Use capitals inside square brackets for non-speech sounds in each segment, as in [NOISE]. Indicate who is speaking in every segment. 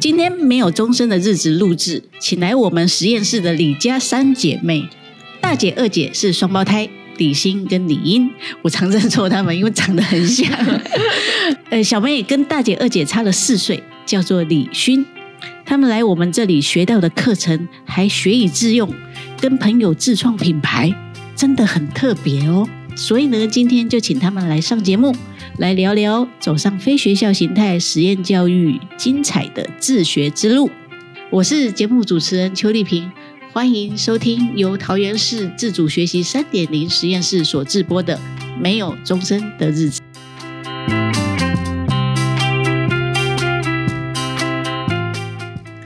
Speaker 1: 今天没有钟声的日子录制，请来我们实验室的李家三姐妹，大姐、二姐是双胞胎。李欣跟李英，我常认错她们，因为长得很像。 [LAUGHS] 呃，小妹跟大姐、二姐差了四岁，叫做李勋。他们来我们这里学到的课程，还学以致用，跟朋友自创品牌，真的很特别哦。所以呢，今天就请他们来上节目，来聊聊走上非学校形态实验教育精彩的自学之路。我是节目主持人邱丽萍，欢迎收听由桃园市自主学习三点零实验室所制播的《没有钟声的日子》。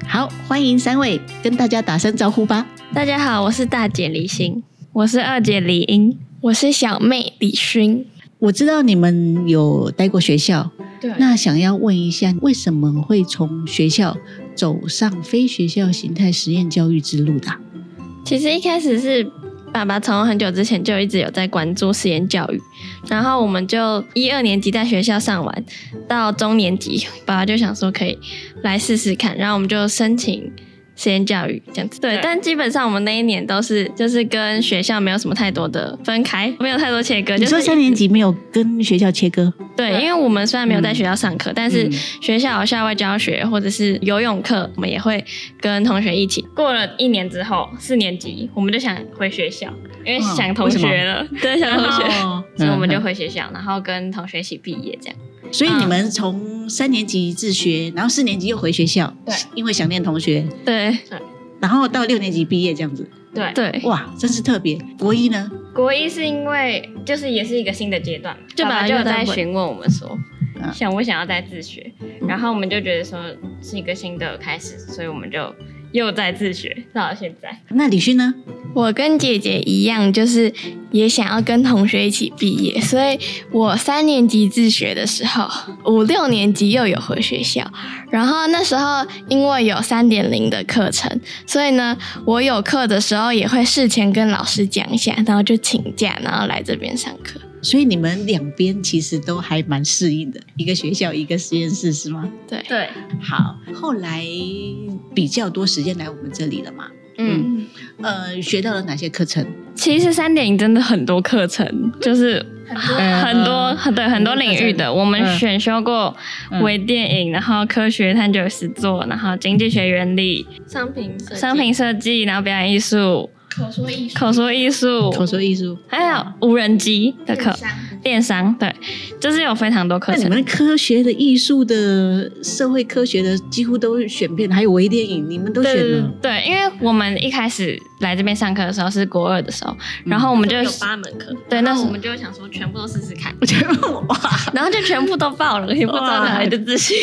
Speaker 1: 好，欢迎三位跟大家打声招呼吧。
Speaker 2: 大家好，我是大姐李欣，我是二姐李英，我是小妹李勋。
Speaker 1: 我知道你们有待过学校，
Speaker 2: 对
Speaker 1: 那想要问一下，为什么会从学校走上非学校形态实验教育之路的啊、
Speaker 2: 其实一开始是爸爸从很久之前就一直有在关注实验教育，然后我们就一二年级在学校上完，到中年级，爸爸就想说可以来试试看，然后我们就申请。实验教育这样子，对，但基本上我们那一年都是就是跟学校没有什么太多的分开，没有太多切割。
Speaker 1: 你说
Speaker 2: 就是
Speaker 1: 三年级没有跟学校切割，嗯
Speaker 2: 对，因为我们虽然没有在学校上课，但是学校有校外教学或者是游泳课，我们也会跟同学一起。过了一年之后，四年级我们就想回学校，因为
Speaker 1: 哦
Speaker 2: 想同学了，对，想同学，
Speaker 1: 哦
Speaker 2: 所以我们就回嗯学校，然后跟同学一起毕业这样。
Speaker 1: 所以你们从三年级自学，然后四年级又回学校，
Speaker 3: 对，
Speaker 1: 因为想念同学，
Speaker 2: 对
Speaker 1: 然后到六年级毕业这样子，
Speaker 3: 对，
Speaker 2: 对，
Speaker 1: 哇，真是特别。国一呢，
Speaker 3: 国一是因为就是也是一个新的阶段，
Speaker 2: 就
Speaker 3: 爸
Speaker 2: 把
Speaker 3: 爸
Speaker 2: 它
Speaker 3: 就
Speaker 2: 又
Speaker 3: 有
Speaker 2: 再
Speaker 3: 在
Speaker 2: 问
Speaker 3: 询问我们说
Speaker 1: 嗯，
Speaker 3: 想不想要再自学，然后我们就觉得说是一个新的开始，所以我们就又在自学到了现在。
Speaker 1: 那李勋呢？
Speaker 4: 我跟姐姐一样，就是也想要跟同学一起毕业，所以我三年级自学的时候，五六年级又有回学校，然后那时候因为有三点零的课程，所以呢，我有课的时候也会事前跟老师讲一下，然后就请假，然后来这边上课。
Speaker 1: 所以你们两边其实都还蛮适应的，一个学校，一个实验室，是吗？
Speaker 4: 对，
Speaker 3: 对，
Speaker 1: 好，后来比较多时间来我们这里了嘛？
Speaker 3: 嗯，
Speaker 4: 嗯，
Speaker 1: 呃，学到了哪些课程？
Speaker 2: 其实三点零真的很多课程，就是啊
Speaker 1: 嗯
Speaker 2: 很多很对很多领域的，我们
Speaker 1: 嗯
Speaker 2: 选修过微电影，然后科学探究实作，然后经济学原理、
Speaker 3: 商品
Speaker 2: 商品设计，然后表演艺术、
Speaker 4: 口说艺
Speaker 2: 口说艺术，
Speaker 1: 口说艺术。
Speaker 2: 还有无人机的课，电商，对，就是有非常多课
Speaker 1: 那你
Speaker 2: 程。
Speaker 1: 们科学的、艺术的、社会科学的，几乎都选遍了，还有微电影，你们都
Speaker 2: 对
Speaker 1: 选
Speaker 2: 对对
Speaker 1: 了。
Speaker 3: 嗯
Speaker 2: 对，因为我们一开始来这边上课的时候是国二的时候，然后我
Speaker 3: 我
Speaker 2: 们就
Speaker 3: 有八门课，
Speaker 2: 对那
Speaker 3: 然后
Speaker 2: 是
Speaker 3: 我们就想说全部都试试看，
Speaker 1: 我觉得哇
Speaker 2: 然后就全部都报了，也不知道哪来的自信，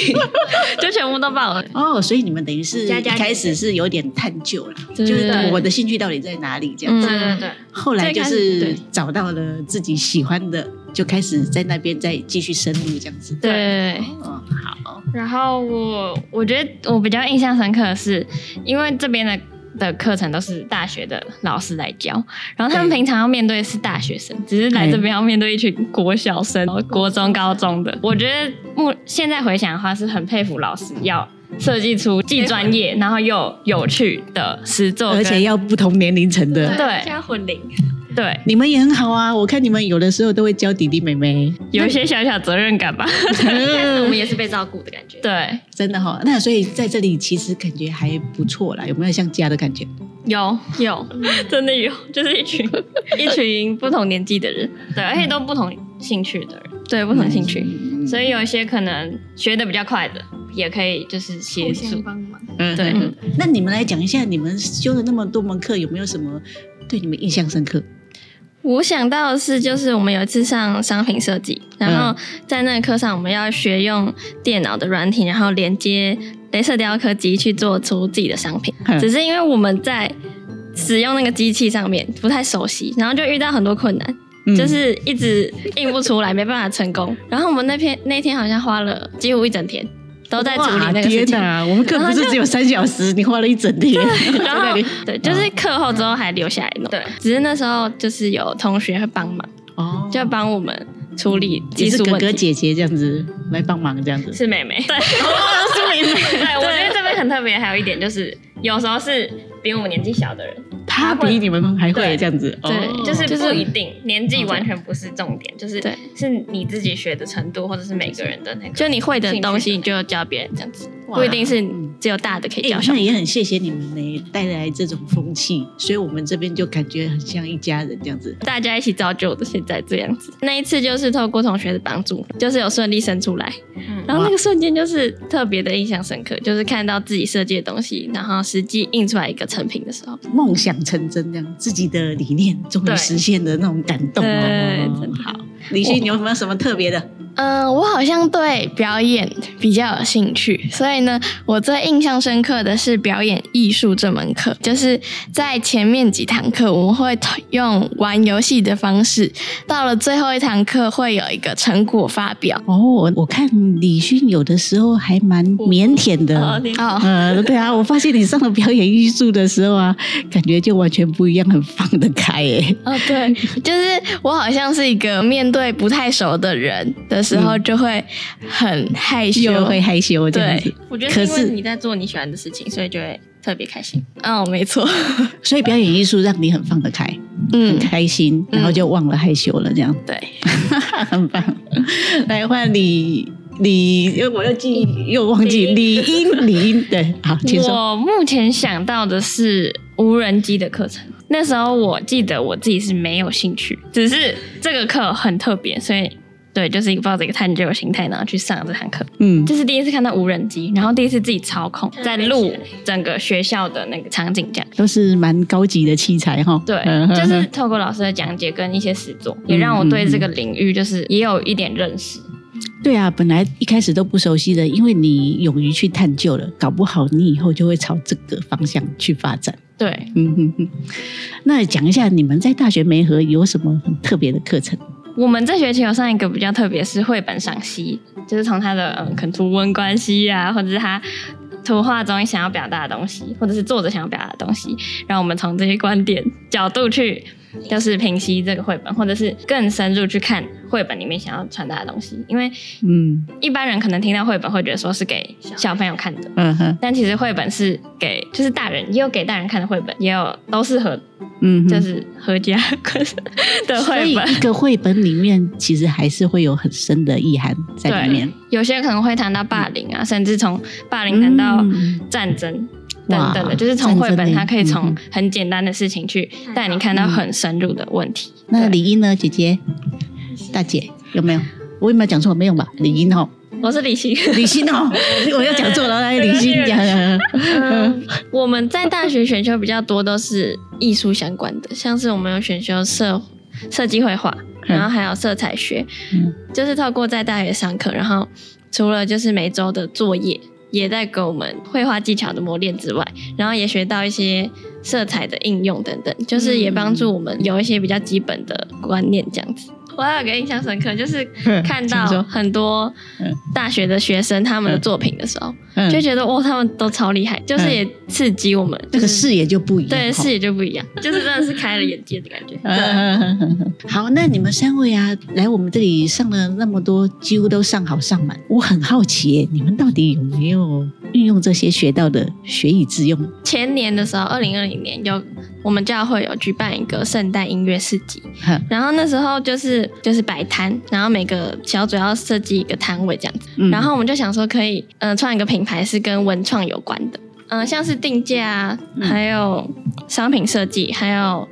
Speaker 2: 就全部都报了。
Speaker 1: [LAUGHS] 哦，所以你们等于是
Speaker 3: 加
Speaker 1: 一
Speaker 3: 加减减
Speaker 1: 开始是有点探究啦，就
Speaker 2: 对
Speaker 1: 是
Speaker 2: 对
Speaker 1: 我的兴趣到底在哪里这样子。
Speaker 2: 嗯
Speaker 3: 对对对，
Speaker 1: 后来就
Speaker 2: 最
Speaker 1: 是
Speaker 2: 开始
Speaker 1: 找到了自己喜欢的，就开始在那边再继续深入这样子。
Speaker 2: 对，
Speaker 1: 嗯，好，
Speaker 2: 然后我我觉得我比较印象深刻的是，因为这边的的课程都是大学的老师来教，然后他们
Speaker 1: 对
Speaker 2: 平常要面对的是大学生，只是来
Speaker 1: 嗯
Speaker 2: 这边要面对一群国小生、国中、高中的。我觉得目现在回想的话，是很佩服老师要设计出既专业，然后又有趣的实作跟，
Speaker 1: 而且要不同年龄层的。
Speaker 2: 对
Speaker 3: 加混龄，
Speaker 2: 对
Speaker 1: 你们也很好啊，我看你们有的时候都会教弟弟妹 [LAUGHS] 妹，嗯
Speaker 2: 有一些小小责任感吧。 [LAUGHS]
Speaker 3: 嗯我们也是被照顾的感觉。
Speaker 2: 对，
Speaker 1: 真的哈、那所以在这里其实感觉还不错啦，有没有像家的感觉？
Speaker 2: 有有， [LAUGHS] 真的有，就是一群 [LAUGHS] 一群不同年纪的人，对，而且都不同兴趣的人，对，不同兴趣，
Speaker 1: 嗯
Speaker 2: 所以有一些可能学的比较快的，也可以就是协
Speaker 4: 互相
Speaker 2: 助。
Speaker 4: 帮忙。
Speaker 1: 嗯
Speaker 2: 对
Speaker 1: 嗯那你们来讲一下，你们修了那么多门课，有没有什么对你们印象深刻？
Speaker 2: 我想到的是，就是我们有一次上商品设计，然
Speaker 1: 嗯
Speaker 2: 后在那个课上，我们要学用电脑的软体，然后连接镭射雕刻机去做出自己的商品。
Speaker 1: 嗯
Speaker 2: 只是因为我们在使用那个机器上面不太熟悉，然后就遇到很多困难。
Speaker 1: 嗯
Speaker 2: 就是一直印不出来，没办法成功。然后我们那天那天好像花了几乎一整天都在处理
Speaker 1: 哇
Speaker 2: 那个事
Speaker 1: 天
Speaker 2: 情。
Speaker 1: 哪，我们课不是只有三小时，你花了一整天。
Speaker 2: [LAUGHS]
Speaker 1: 在
Speaker 2: 然
Speaker 1: 那
Speaker 2: 后
Speaker 1: 里嗯
Speaker 2: 对，就是课后之后还留下来弄。
Speaker 3: 对，
Speaker 2: 只是那时候就是有同学会帮忙，
Speaker 1: 哦
Speaker 2: 就帮我们处理技
Speaker 1: 也是
Speaker 2: 术
Speaker 1: 哥
Speaker 2: 问
Speaker 1: 哥姐
Speaker 2: 题。
Speaker 1: 姐这样子来帮忙这样子。
Speaker 2: [LAUGHS]
Speaker 3: 是妹妹，对，
Speaker 2: 哦
Speaker 3: 是妹妹。对，我觉得这边很特别，还有一点就是，有时候是比我们年纪小的人，
Speaker 1: [LAUGHS] 他比你们还会这样子，
Speaker 2: 对
Speaker 1: 哦
Speaker 3: 就是
Speaker 2: 就是
Speaker 3: 不一定，年纪完全不是重点，就是
Speaker 2: 对
Speaker 3: 是你自己学的程度，或者是每个人的那个。
Speaker 2: 就你会的
Speaker 3: 兴趣
Speaker 2: 东西，你就教别人这样子，
Speaker 1: 哇
Speaker 2: 不一定是
Speaker 1: 嗯
Speaker 2: 只有大的可以
Speaker 1: 哎、
Speaker 2: 教小
Speaker 1: 那
Speaker 2: 孩。
Speaker 1: 也很谢谢你们呢，带来这种风气，所以我们这边就感觉很像一家人这样子。
Speaker 2: 大家一起造就的现在这样子。那一次就是透过同学的帮助，就是有顺利生出来，
Speaker 3: 嗯
Speaker 2: 然后那个瞬间就是特别的印象深刻，就是看到自己设计的东西，然后实际印出来一个成品的时候，
Speaker 1: 梦想成真，这样自己的理念终于
Speaker 3: 对
Speaker 1: 实现的那种感动
Speaker 2: 对
Speaker 1: 哦
Speaker 2: 真。的
Speaker 1: 好，李迅，你有没有什么特别的？
Speaker 4: 嗯，我好像对表演比较有兴趣，所以呢，我最印象深刻的是表演艺术这门课，就是在前面几堂课我们会用玩游戏的方式，到了最后一堂课会有一个成果发表。
Speaker 1: 哦，我看李迅有的时候还蛮腼腆
Speaker 2: 哦
Speaker 1: 的。
Speaker 2: 你
Speaker 4: 哦，
Speaker 1: 呃，对啊，我发现你上了表演艺术的时候啊，感觉就完全不一样，很放得开诶。
Speaker 4: 哦，对，就是我好像是一个面对不太熟的人的时候，就会很害羞。
Speaker 1: 就会害羞这样子。
Speaker 2: 我觉
Speaker 1: 得是因为
Speaker 2: 你在做你喜欢的事情，所以就会特别开心。
Speaker 4: 嗯，没错。
Speaker 1: 所以表演艺术让你很放得开，很
Speaker 4: 嗯，
Speaker 1: 开心，然后就忘了害羞了，这样
Speaker 4: 对。
Speaker 1: [LAUGHS] 很棒。来换李李，因为我又记又忘记李英李英，对，好，请说。
Speaker 2: 我目前想到的是无人机的课程。那时候我记得我自己是没有兴趣，只是这个课很特别，所以对，就是抱着一个探究的心态，然后去上这堂课。
Speaker 1: 嗯，
Speaker 2: 这是第一次看到无人机，然后第一次自己操控，在录整个学校的那个场景这样。
Speaker 1: 都是蛮高级的器材哈。
Speaker 2: 对
Speaker 1: 嗯，哼
Speaker 2: 就是
Speaker 1: 哼嗯
Speaker 2: 透过老师的讲解跟一些实作，也让我对这个领域就是也有一点认识。
Speaker 1: [LAUGHS] 对啊，本来一开始都不熟悉的，因为你勇于去探究了，搞不好你以后就会朝这个方向去发展。
Speaker 2: 对，
Speaker 1: 嗯哼哼。那讲一下你们在大学梅河有什么很特别的课程？
Speaker 2: 我们这学期有上一个比较特别，是绘本赏析，就是从它的嗯，可能图文关系啊，或者是它图画中想要表达的东西，或者是作者想要表达的东西，让我们从这些观点角度去，就是评析这个绘本，或者是更深入去看绘本里面想要传达的东西。因为
Speaker 1: 嗯
Speaker 2: 一般人可能听到绘本会觉得说是给小朋友看的，
Speaker 1: 嗯哼
Speaker 2: 但其实绘本是给就是大人，也有给大人看的绘本，也有都是合
Speaker 1: 嗯哼，
Speaker 2: 就是合家的
Speaker 1: [LAUGHS] 所
Speaker 2: 绘
Speaker 1: 以
Speaker 2: 本。
Speaker 1: 一个绘本里面其实还是会有很深的意涵在里面
Speaker 2: 对，，有些可能会谈到霸凌啊，甚至从霸凌谈到
Speaker 1: 嗯
Speaker 2: 战争
Speaker 1: 哇
Speaker 2: 等等的，就是从绘
Speaker 1: 战
Speaker 2: 本
Speaker 1: 争欸
Speaker 2: 它可以
Speaker 1: 嗯
Speaker 2: 从很简单的事情去带你看到
Speaker 1: 嗯
Speaker 2: 很深入的问题。
Speaker 1: 那
Speaker 2: 对
Speaker 1: 李英呢，姐姐、大姐有没有？我有没有讲错？没有吧？李英哦，
Speaker 2: 我是李欣，
Speaker 1: 李欣 [LAUGHS] 哦，我又讲错了，来李欣讲。
Speaker 2: 嗯， [LAUGHS] 我们在大学选修比较多都是艺术相关的，像是我们有选修设设计绘画，
Speaker 1: 嗯
Speaker 2: 然后还有色彩学，
Speaker 1: 嗯
Speaker 2: 就是透过在大学上课，然后除了就是每周的作业，也在给我们绘画技巧的磨练之外，然后也学到一些色彩的应用等等，就是也帮
Speaker 1: 嗯
Speaker 2: 助我们有一些比较基本的观念这样子。我还有个印象深刻，
Speaker 1: [LAUGHS]
Speaker 2: 就是看
Speaker 1: 请
Speaker 2: 到
Speaker 1: 说
Speaker 2: 很多
Speaker 1: 嗯
Speaker 2: 大学的学生他们的
Speaker 1: 嗯
Speaker 2: 作品的时候，
Speaker 1: 嗯
Speaker 2: 就觉得哇，他们都超厉害，就是也刺激我们，
Speaker 1: 这
Speaker 2: 就
Speaker 1: 个
Speaker 2: 是
Speaker 1: 视野就不一样，
Speaker 2: 对
Speaker 1: 哦
Speaker 2: 视。野就不一样，就是真的是开了眼界的感觉。
Speaker 1: 嗯好，那你们三位啊，来我们这里上了那么多，几乎都上好上满。我很好奇耶，你们到底有没有运用这些学到的学以致用？
Speaker 2: 前年的时候，二零二零年有我们教会有举办一个圣诞音乐市集，
Speaker 1: 哼
Speaker 2: 然后那时候就是就是摆摊，然后每个小组要设计一个摊位这样子，
Speaker 1: 嗯
Speaker 2: 然后我们就想说可以嗯、呃创一个品牌是跟文创有关的，嗯、像是定价啊，
Speaker 1: 嗯
Speaker 2: 还有商品设计，还有。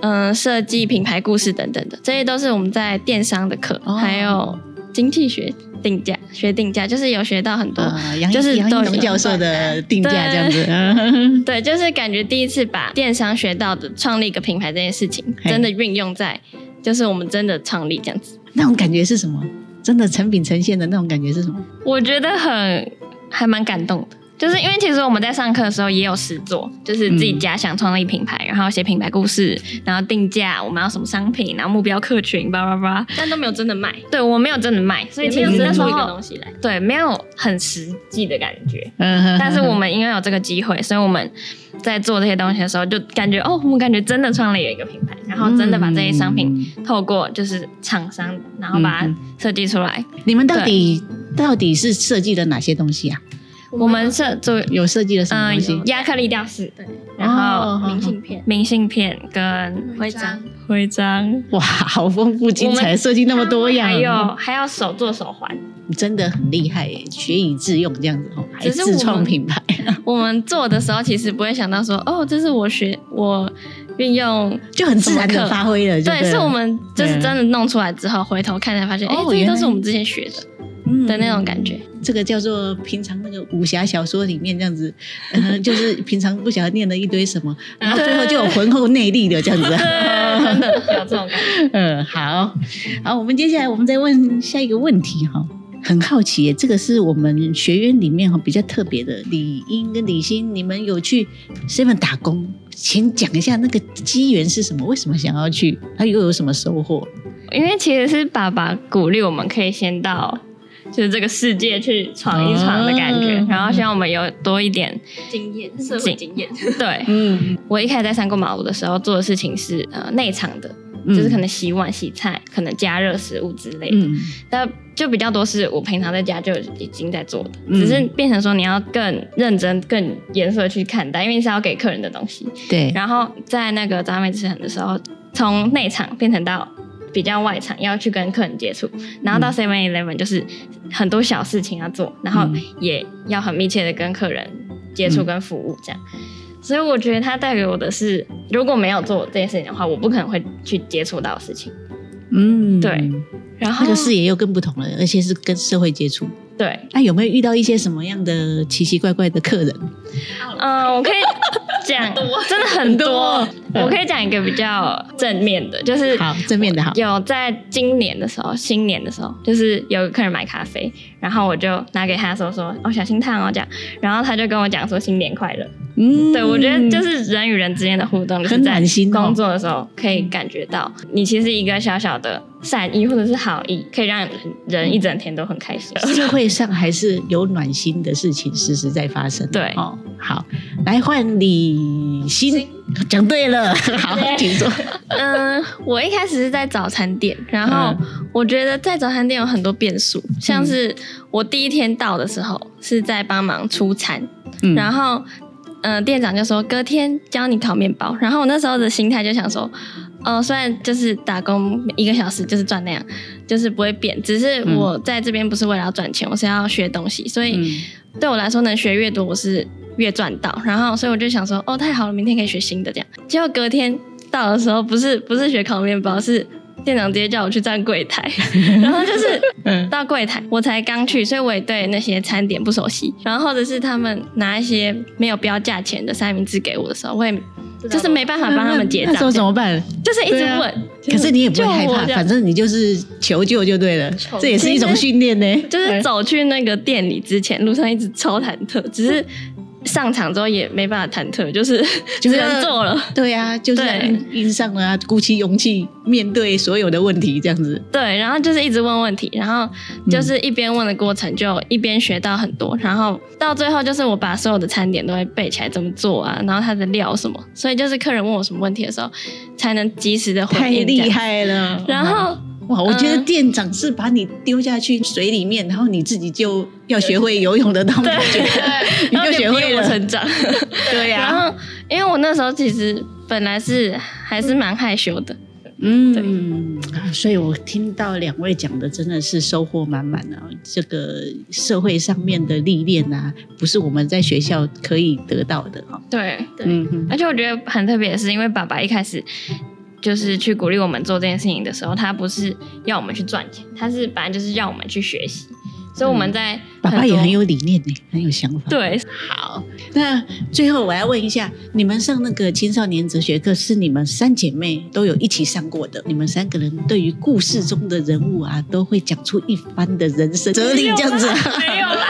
Speaker 2: 嗯，设计品牌故事等等的，这些都是我们在电商的课，
Speaker 1: 哦
Speaker 2: 还有经济学定价学定价，就是有学到很多
Speaker 1: 啊，杨一
Speaker 2: 就是
Speaker 1: 杨一
Speaker 2: 都有
Speaker 1: 农教授的定价
Speaker 2: 对
Speaker 1: 这样子，嗯
Speaker 2: 对，就是感觉第一次把电商学到的创立一个品牌这件事情，
Speaker 1: 嘿
Speaker 2: 真的运用在就是我们真的创立这样子，
Speaker 1: [LAUGHS] 那种感觉是什么？真的成品呈现的那种感觉是什么？
Speaker 2: 我觉得很还蛮感动的，就是因为其实我们在上课的时候也有实做，就是自己家想创立品牌，
Speaker 3: 嗯
Speaker 2: 然后写品牌故事，然后定价我们要什么商品，然后目标客群，叭叭叭。
Speaker 3: 但都没有真的卖，
Speaker 2: 对我没有真的卖，所以
Speaker 3: 也没
Speaker 2: 其
Speaker 3: 有
Speaker 2: 实那
Speaker 3: 生
Speaker 2: 时
Speaker 3: 出一个东
Speaker 2: 候
Speaker 3: 西来，
Speaker 2: 对没有很实
Speaker 3: 记的感觉。
Speaker 1: 嗯，
Speaker 2: [LAUGHS] 但是我们因为有这个机会，所以我们在做这些东西的时候，就感觉哦，我们感觉真的创立了一个品牌，然后真的把这些商品
Speaker 1: 嗯
Speaker 3: 嗯
Speaker 2: 透过就是厂商，然后把它设计出来。
Speaker 1: 嗯，你们到底到底是设计了哪些东西啊？
Speaker 2: 我们设做
Speaker 1: 有设计了什么
Speaker 2: 嗯
Speaker 1: 东西？
Speaker 2: 亚克力吊饰，
Speaker 3: 对，
Speaker 2: 然
Speaker 1: 哦
Speaker 2: 后
Speaker 1: 好
Speaker 3: 明信片、
Speaker 2: 明信片跟
Speaker 3: 徽章，
Speaker 2: 徽章，
Speaker 1: 哇，好丰富精
Speaker 2: 我
Speaker 1: 彩，设计那么多样，啊
Speaker 2: 还有还有手做手环。
Speaker 1: 真的很厉害耶，学以致用这样子哦，还
Speaker 2: 只是我们
Speaker 1: 自创品牌，
Speaker 2: 我们做的时候其实不会想到说哦，这是我学我运用
Speaker 1: 就很自然
Speaker 2: 什么
Speaker 1: 的
Speaker 2: 课
Speaker 1: 发挥了就
Speaker 2: 对，
Speaker 1: 了
Speaker 2: 是我们就是
Speaker 1: 对啊
Speaker 2: 真的弄出来之后，回头看才发现，哎、
Speaker 1: 哦
Speaker 2: 这些
Speaker 1: 原
Speaker 2: 都
Speaker 1: 来
Speaker 2: 是我们之前学的的那种感觉。
Speaker 1: 嗯这个叫做平常那个武侠小说里面这样子，呃、就是平常不晓得念了一堆什
Speaker 2: [LAUGHS]
Speaker 1: 么，然后最后就有浑厚内力的这样子。
Speaker 3: 真的有这种感觉。
Speaker 1: [LAUGHS] 嗯，好，好，我们接下来我们再问下一个问题哈、很好奇耶，这个是我们学院里面哈比较特别的。李英跟李欣，你们有去 Seven 打工，请讲一下那个机缘是什么？为什么想要去？他又有什么收获？
Speaker 2: 因为其实是爸爸鼓励我们可以先到就是这个世界去闯一闯的感觉，
Speaker 1: 哦
Speaker 2: 然后希望我们有多一点
Speaker 3: 经验，社会经验，
Speaker 2: 对。
Speaker 1: 嗯，
Speaker 2: 我一开始在三顾茅庐的时候做的事情是呃内场的，就是可能洗碗、洗菜，可能加热食物之类的。
Speaker 1: 嗯
Speaker 2: 那就比较多是我平常在家就已经在做的，
Speaker 1: 嗯
Speaker 2: 只是变成说你要更认真、更严肃的去看待，因为你是要给客人的东西。
Speaker 1: 对，
Speaker 2: 然后在那个杂美之城的时候，从内场变成到比较外场，要去跟客人接触，然后到 Seven Eleven 就是很多小事情要做，然后
Speaker 1: 嗯嗯
Speaker 2: 也要很密切的跟客人接触
Speaker 1: 嗯
Speaker 2: 跟服务这样。所以我觉得它带给我的是，如果没有做这件事情的话，我不可能会去接触到的事情。
Speaker 1: 嗯
Speaker 2: 对然后
Speaker 1: 那个视野又更不同了，而且是跟社会接触。
Speaker 2: 对，
Speaker 1: 那、有没有遇到一些什么样的奇奇怪怪的客人？
Speaker 2: 嗯，我可以讲，真的很多
Speaker 1: 很。多
Speaker 2: 我可以讲一个比较正面的，就是
Speaker 1: 好，正面的好，
Speaker 2: 有在今年的时候，新年的时候，就是有个客人买咖啡，然后我就拿给他说说，哦，小心烫哦这样，然后他就跟我讲说新年快乐。
Speaker 1: 嗯，
Speaker 2: 对，我觉得就是人与人之间的互动，就是
Speaker 1: 很
Speaker 2: 在
Speaker 1: 暖心哦
Speaker 2: 工作的时候可以感觉到，你其实一个小小的善意或者是好意，可以让人一整天都很开心。
Speaker 1: 社会上还是有暖心的事情时时在发生。
Speaker 2: 对
Speaker 1: 哦，好，来换李欣，讲对了， [LAUGHS] 好，请坐。
Speaker 2: [LAUGHS] 嗯，我一开始是在早餐店，然后
Speaker 1: 嗯
Speaker 2: 我觉得在早餐店有很多变数，像是我第一天到的时候是在帮忙出餐，
Speaker 1: 嗯
Speaker 2: 然后嗯、呃店长就说隔天教你烤面包，然后我那时候的心态就想说。哦，虽然就是打工一个小时就是赚那样，就是不会变。只是
Speaker 1: 嗯
Speaker 2: 我在这边不是为了要赚钱，我是要学东西，所以
Speaker 1: 嗯
Speaker 2: 对我来说，能学越多，我是越赚到。然后，所以我就想说，哦，太好了，明天可以学新的这样。结果隔天到的时候，不是不是学烤面包，是店长直接叫我去站柜台， [LAUGHS] 然后就是
Speaker 1: 嗯
Speaker 2: 到柜台，我才刚去，所以我也对那些餐点不熟悉。然后或者是他们拿一些没有标价钱的三明治给我的时候，我也就是没办法帮他们结
Speaker 1: 那那时
Speaker 2: 账
Speaker 1: 候，怎么办？
Speaker 2: 就是一直
Speaker 1: 对啊
Speaker 2: 问。
Speaker 1: 可是你也不会
Speaker 2: 就我
Speaker 1: 害怕，
Speaker 2: 这样
Speaker 1: 反正你就是求救就对了，这也是一种训练呢。
Speaker 2: 就是走去那个店里之前，路上一直超忐忑，只是上场之后也没办法忐忑，就是
Speaker 1: 就
Speaker 2: 只
Speaker 1: 是
Speaker 2: 能做了。
Speaker 1: 对啊，就是
Speaker 2: 嗯对
Speaker 1: 印上了啊，鼓起勇气面对所有的问题，这样子。
Speaker 2: 对，然后就是一直问问题，然后就是一边问的过程就一边学到很多，然后到最后就是我把所有的餐点都会背起来怎么做啊，然后它的料什么，所以就是客人问我什么问题的时候，才能及时的
Speaker 1: 太
Speaker 2: 回应。
Speaker 1: 厉！害了！
Speaker 2: 然后
Speaker 1: 哇，我觉得
Speaker 2: 嗯
Speaker 1: 店长是把你丢下去水里面，然后你自己就要学会游泳的那种感觉，
Speaker 2: [LAUGHS]
Speaker 1: 你
Speaker 2: 然后
Speaker 1: 就学会
Speaker 2: 逼我
Speaker 1: 了。[LAUGHS]
Speaker 2: 成啊长。
Speaker 1: 对
Speaker 2: 然
Speaker 1: 呀，
Speaker 2: 后因为我那时候其实本来是还是蛮害羞的，
Speaker 1: 嗯，啊所以我听到两位讲的真的是收获满满啊！这个社会上面的历练啊，不是我们在学校可以得到的哈。
Speaker 2: 对对
Speaker 1: 嗯哼，
Speaker 2: 而且我觉得很特别的是，因为爸爸一开始就是去鼓励我们做这件事情的时候，他不是要我们去赚钱，他是反正就是让我们去学习。所以我们在
Speaker 1: 爸爸也
Speaker 2: 多
Speaker 1: 很有理念呢，很有想法。
Speaker 2: 对，
Speaker 1: 好，那最后我要问一下，你们上那个青少年哲学课是你们三姐妹都有一起上过的，你们三个人对于故事中的人物啊，都会讲出一番的人生哲理，这样子。
Speaker 2: 没有啦，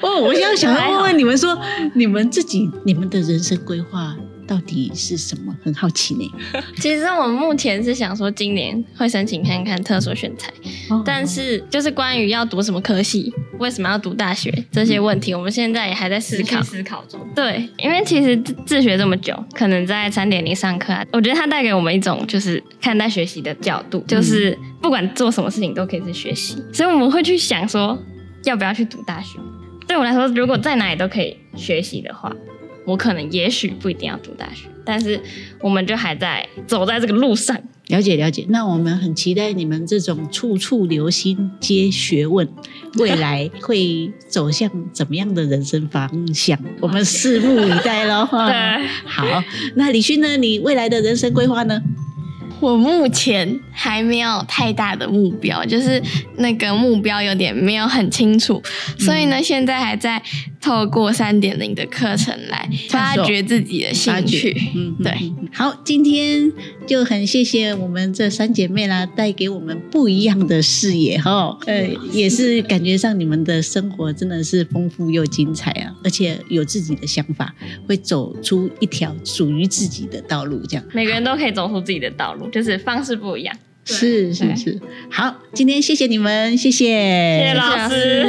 Speaker 1: 哦，我想想要问问你们说，你们自己你们的人生规划到底是什么？很好奇呢。
Speaker 2: 其实我目前是想说，今年会申请看看特殊选材，但是就是关于要读什么科系，为什么要读大学这些问题，我们现在也还在思
Speaker 3: 持续
Speaker 2: 考。
Speaker 3: 思考中。
Speaker 2: 对，因为其实自自学这么久，可能在三点零上课、啊，我觉得它带给我们一种就是看待学习的角
Speaker 4: 嗯
Speaker 2: 度，就是不管做什么事情都可以是学习，所以我们会去想说要不要去读大学。对我来说，如果在哪里都可以学习的话，我可能也许不一定要读大学，但是我们就还在走在这个路上。
Speaker 1: 了解了解，那我们很期待你们这种处处留心皆学问，未来会走向怎么样的人生方向？我们拭目以待喽。
Speaker 2: 对，
Speaker 1: 好，那李勋呢？你未来的人生规划呢？
Speaker 4: 我目前还没有太大的目标，就是那个目标有点没有很清楚，
Speaker 2: 嗯
Speaker 4: 所以呢，现在还在透过三点零的课程来发
Speaker 1: 探索
Speaker 4: 掘自己的
Speaker 1: 发
Speaker 4: 兴
Speaker 1: 掘
Speaker 4: 趣。
Speaker 1: 嗯，
Speaker 4: 对
Speaker 1: 嗯。嗯好，今天就很谢谢我们这三姐妹啦，带给我们不一样的视野哈。呃，也是感觉上你们的生活真的是丰富又精彩啊，而且有自己的想法，会走出一条属于自己的道路，这样。
Speaker 2: 每个人都可以走出自己的道路，就是方式不一样。
Speaker 1: 是是是，好，今天谢谢你们，谢谢，
Speaker 3: 谢谢老师。